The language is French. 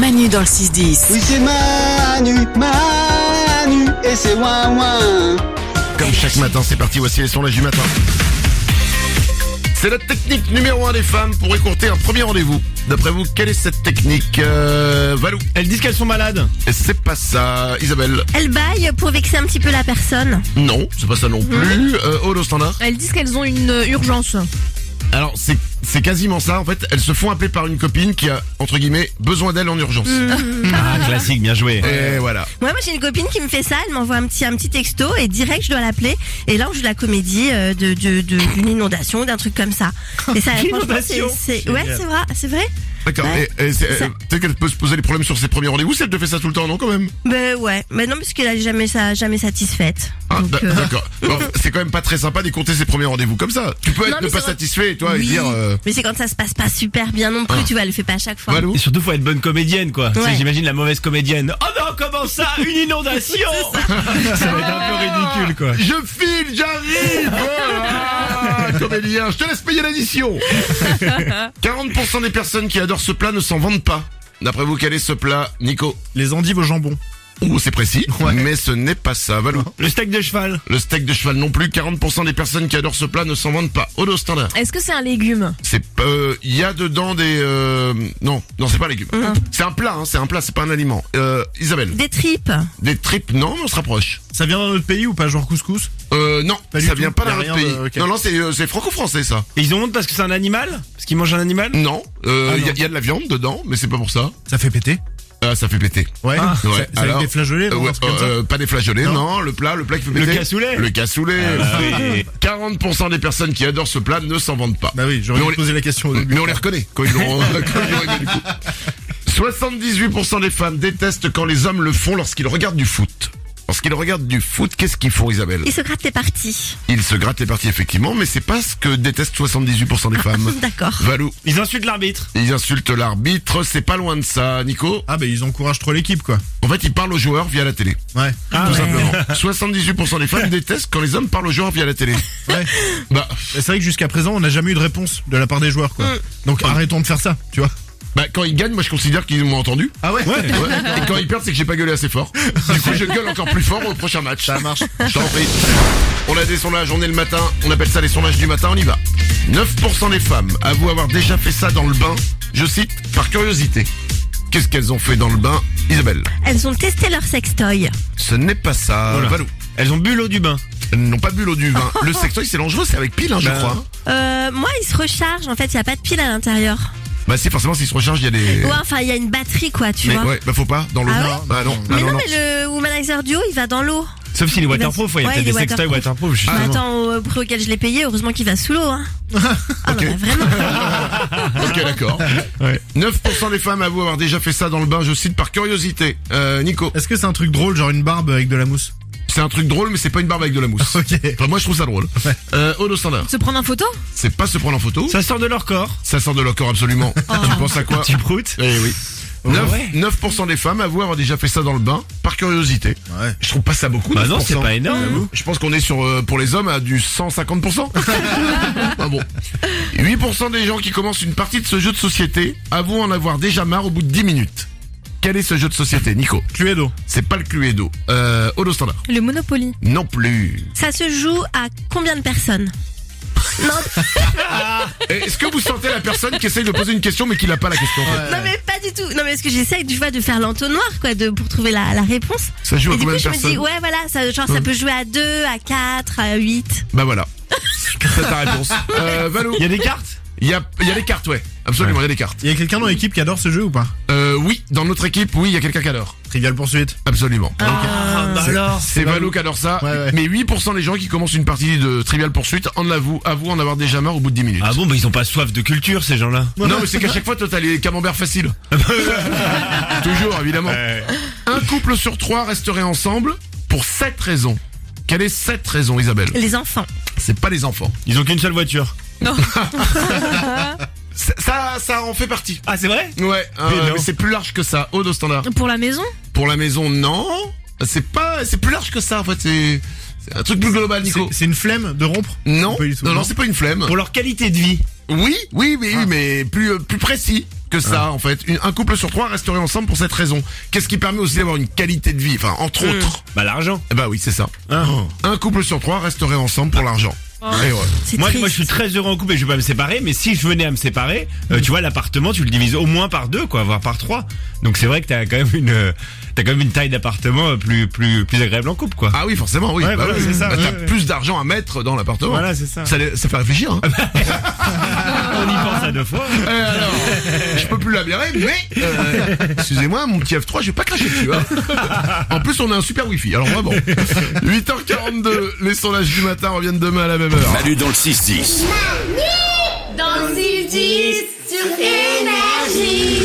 Manu dans le 6-10. Oui, c'est Manu, Manu, et c'est ouin ouin. Comme chaque matin, c'est parti, voici les sondages du matin. C'est la technique numéro un des femmes pour écourter un premier rendez-vous. D'après vous, quelle est cette technique euh, Valou Elles disent qu'elles sont malades. Et C'est pas ça, Isabelle. Elle baille pour vexer un petit peu la personne. Non, c'est pas ça non plus. Euh, Aude, au standard. Elles disent qu'elles ont une euh, urgence. Alors, c'est c'est quasiment ça. En fait, elles se font appeler par une copine qui a, entre guillemets, besoin d'elle en urgence. Ah, classique, bien joué. Et voilà. Ouais, moi j'ai une copine qui me fait ça, elle m'envoie un petit, un petit texto et direct je dois l'appeler. Et là on joue la comédie euh, de de- de- d'une inondation, d'un truc comme ça. Et ça, Une franchement, c'est- inondation. c'est ouais, c'est vrai, c'est vrai. D'accord. Ouais. Et- et c'est- Ça- euh, Peut-être qu'elle peut se poser des problèmes sur ses premiers rendez-vous si elle te fait ça tout le temps, non quand même Ben ouais, mais non parce qu'elle a jamais ça, jamais satisfaite. Hein, Donc, d'a- euh, D'accord. Bon, c'est quand même pas très sympa d'écourter ses premiers rendez-vous comme ça. Tu peux Non, être mais ne pas c'est vrai. satisfait, toi, et oui, dire... euh, Mais c'est quand ça se passe pas super bien non plus, Ah. tu vois, elle le fait pas à chaque fois. Valou Et surtout, faut être bonne comédienne, quoi. Tu sais, Ouais. J'imagine la mauvaise comédienne. Oh non, comment ça Une inondation Ça va être un peu ridicule, quoi. Je file, j'arrive Voilà, Comédien, je te laisse payer l'addition 40% des personnes qui adorent ce plat ne s'en vendent pas. D'après vous, quel est ce plat, Nico Les endives au jambon. Oh, c'est précis, mais ce n'est pas ça, Valou. Le steak de cheval. Le steak de cheval non plus, 40% des personnes qui adorent ce plat ne s'en vendent pas. Odo standard. Est-ce que c'est un légume C'est euh, il y a dedans des euh, non, non, c'est pas un légume. C'est un plat, hein, c'est un plat, c'est pas un aliment. Euh, Isabelle, Des tripes. des tripes non, mais on se rapproche. Ça vient d'un autre pays ou pas, genre couscous Euh, non, Pas du ça tout. vient pas Y a d'un rien autre de- pays. ok. Non, non, c'est euh, c'est franco-français ça. Et ils ont honte parce que c'est un animal Parce qu'ils mangent un animal Non, euh, Ah, il y, a- non. il y a de la viande dedans, mais c'est pas pour ça. Ça fait péter Ah, ça fait péter. Ouais, Ah, Ça- ouais, ça, avec alors- des flageolets, Euh, non, ouais, un truc comme ça. euh, pas des flageolets, non. Non. le plat, le plat qui fait Le péter. cassoulet. Le cassoulet. Ah, bah oui. 40% des personnes qui adorent ce plat ne s'en vendent pas. Bah oui, Mais on j'aurais les- dû poser la question au début. Euh, Mais on les reconnaît quand ils l'ont quand ils l'ont aimé, du coup. 78% des femmes détestent quand les hommes le font lorsqu'ils regardent du foot. Lorsqu'ils regardent du foot, qu'est-ce qu'ils font Isabelle Et Socrate est parti. Ils se grattent les parties effectivement, mais c'est pas ce que détestent 78% des femmes. Ah, D'accord. Valou, Ils insultent l'arbitre. ils insultent l'arbitre, c'est pas loin de ça, Nico. Ah bah ils encouragent trop l'équipe quoi. En fait, ils parlent aux joueurs via la télé. Ouais. Ah, Tout ouais. simplement. 78% des femmes détestent quand les hommes parlent aux joueurs via la télé. Ouais. Bah, C'est vrai que jusqu'à présent on n'a jamais eu de réponse de la part des joueurs quoi. Donc Ah. arrêtons de faire ça, tu vois. bah, quand ils gagnent, moi je considère qu'ils m'ont entendu. Ah ouais, ouais. Ouais. Et quand ils perdent, c'est que j'ai pas gueulé assez fort. Du coup, je gueule encore plus fort au prochain match. Ça marche. Je t'en prie. On a des sondages, on est le matin. On appelle ça les sondages du matin, on y va. 9% des femmes avouent avoir déjà fait ça dans le bain, je cite, par curiosité. Qu'est-ce qu'elles ont fait dans le bain, Isabelle Elles ont testé leur sextoy. Ce n'est pas ça, Voilà. Valou. Elles ont bu l'eau du bain. Elles n'ont pas bu l'eau du vin. Le sextoy, c'est dangereux, c'est avec pile, hein, je Bah. crois. Euh, moi, ils se rechargent. En fait, il y a pas de pile à l'intérieur. Bah, si, forcément, s'ils se rechargent, il y a des. Ouais, enfin, il y a une batterie, quoi, tu Mais vois. ouais, bah faut pas, dans l'eau. Ah ouais Bah, non, Mais Ah, non, non, non. mais le womanizer duo, il va dans l'eau. Ah, Sauf s'il est waterproof, ouais, il y a Ouais, peut-être il est des sextoys waterproof. Bah, Mais justement. attends, au prix auquel je l'ai payé, heureusement qu'il va sous l'eau. Hein. ah bah, bah, vraiment. Ok, d'accord. Ouais. 9% des femmes avouent avoir déjà fait ça dans le bain, je cite, par curiosité. Euh, Nico, Est-ce que c'est un truc drôle, genre une barbe avec de la mousse c'est un truc drôle, mais c'est pas une barbe avec de la mousse. Ok. Enfin, moi, je trouve ça drôle. Euh, Odo Standard, Se prendre en photo c'est pas se prendre en photo. Ça, Ça sort de leur corps. sort de leur corps, absolument. Tu penses à Ah. quoi Tu proutes. Eh oui. Ouais. 9, 9% des femmes avouent avoir déjà fait ça dans le bain, par curiosité. Ouais. Je trouve pas ça beaucoup. Bah non, 9%. c'est pas Ah, énorme. Je pense qu'on est sur, euh, pour les hommes, à du 150%. ah bon. 8% des gens qui commencent une partie de ce jeu de société avouent en avoir déjà marre au bout de 10 minutes. Quel est ce jeu de société, Nico Cluedo. C'est pas le Cluedo. Euh, Holo Standard. Le Monopoly. Non plus. Ça se joue à combien de personnes non, Et Est-ce que vous sentez la personne qui essaye de poser une question mais qui n'a pas la question en fait non, mais pas du tout. Non, mais parce que j'essaie, tu vois, de faire l'entonnoir, quoi, de, pour trouver la, la réponse. Ça joue à Et du combien coup, de je me personnes dis, ouais, voilà, ça, genre, ça peut jouer à 2, à 4, à 8. Bah voilà. C'est ta réponse. Euh, Valou. Il y a des cartes Il y a, il y a les cartes, ouais. Absolument, il y a les cartes. Il y a quelqu'un dans l'équipe qui adore ce jeu ou pas Euh, oui, dans notre équipe, oui, il y a quelqu'un qui adore. Trivial poursuite. Absolument. Ah, bah alors C'est Valou qui adore ça. Ouais, ouais. Mais 8% des gens qui commencent une partie de Trivial Poursuite en avouent, avouent en avoir déjà marre au bout de 10 minutes. Ah bon, bah ils ont pas soif de culture ces gens-là. Non, mais c'est qu'à chaque fois, toi, t'as les camemberts faciles. Toujours, évidemment. Un couple sur trois resterait ensemble pour sept raisons. Quelle est cette raison, Isabelle Les enfants. C'est pas les enfants. Ils ont qu'une seule voiture. Ça, ça, ça en fait partie. Ah, c'est vrai Ouais, euh, Mais non. mais c'est plus large que ça. Aude au standard. Pour la maison Pour la maison, non. C'est pas, c'est plus large que ça. En fait, c'est c'est un truc plus global, Nico. C'est c'est une flemme de rompre Non, Pas du tout, non, non, non. c'est pas une flemme. Pour leur qualité de vie. Oui, oui, oui, Ah. oui, mais plus, euh, plus précis que ça, en fait. Une- un couple sur trois resterait ensemble pour cette raison. Qu'est-ce qui permet aussi d'avoir une qualité de vie Enfin, entre autres. Bah l'argent. Eh bah oui, c'est ça. Ah. Un couple sur trois resterait ensemble pour l'argent. Ah. Et ouais. C'est Moi, triste. moi, je suis très heureux en couple et je vais pas me séparer, mais si je venais à me séparer, euh, tu vois, l'appartement, tu le divises au moins par deux, quoi, voire par trois. Donc c'est vrai que t'as quand même une, euh, t'as quand même une taille d'appartement euh, plus, plus, plus agréable en couple, quoi. Ah oui, forcément, oui. Ouais, Bah voilà, oui. c'est ça, Bah, ouais, T'as ouais. plus d'argent à mettre dans l'appartement. Voilà, c'est ça. Ça, ça fait réfléchir. Hein. On y pense à deux fois. Eh, alors, je peux plus l'ablairer, mais euh, excusez-moi, mon petit F3, je vais pas cracher dessus. Hein. En plus, on a un super wifi. Alors vraiment. 8h42, les sondages du matin reviennent demain à la même heure. Manu dans le 6-10. Dans le 6-10 sur Énergie.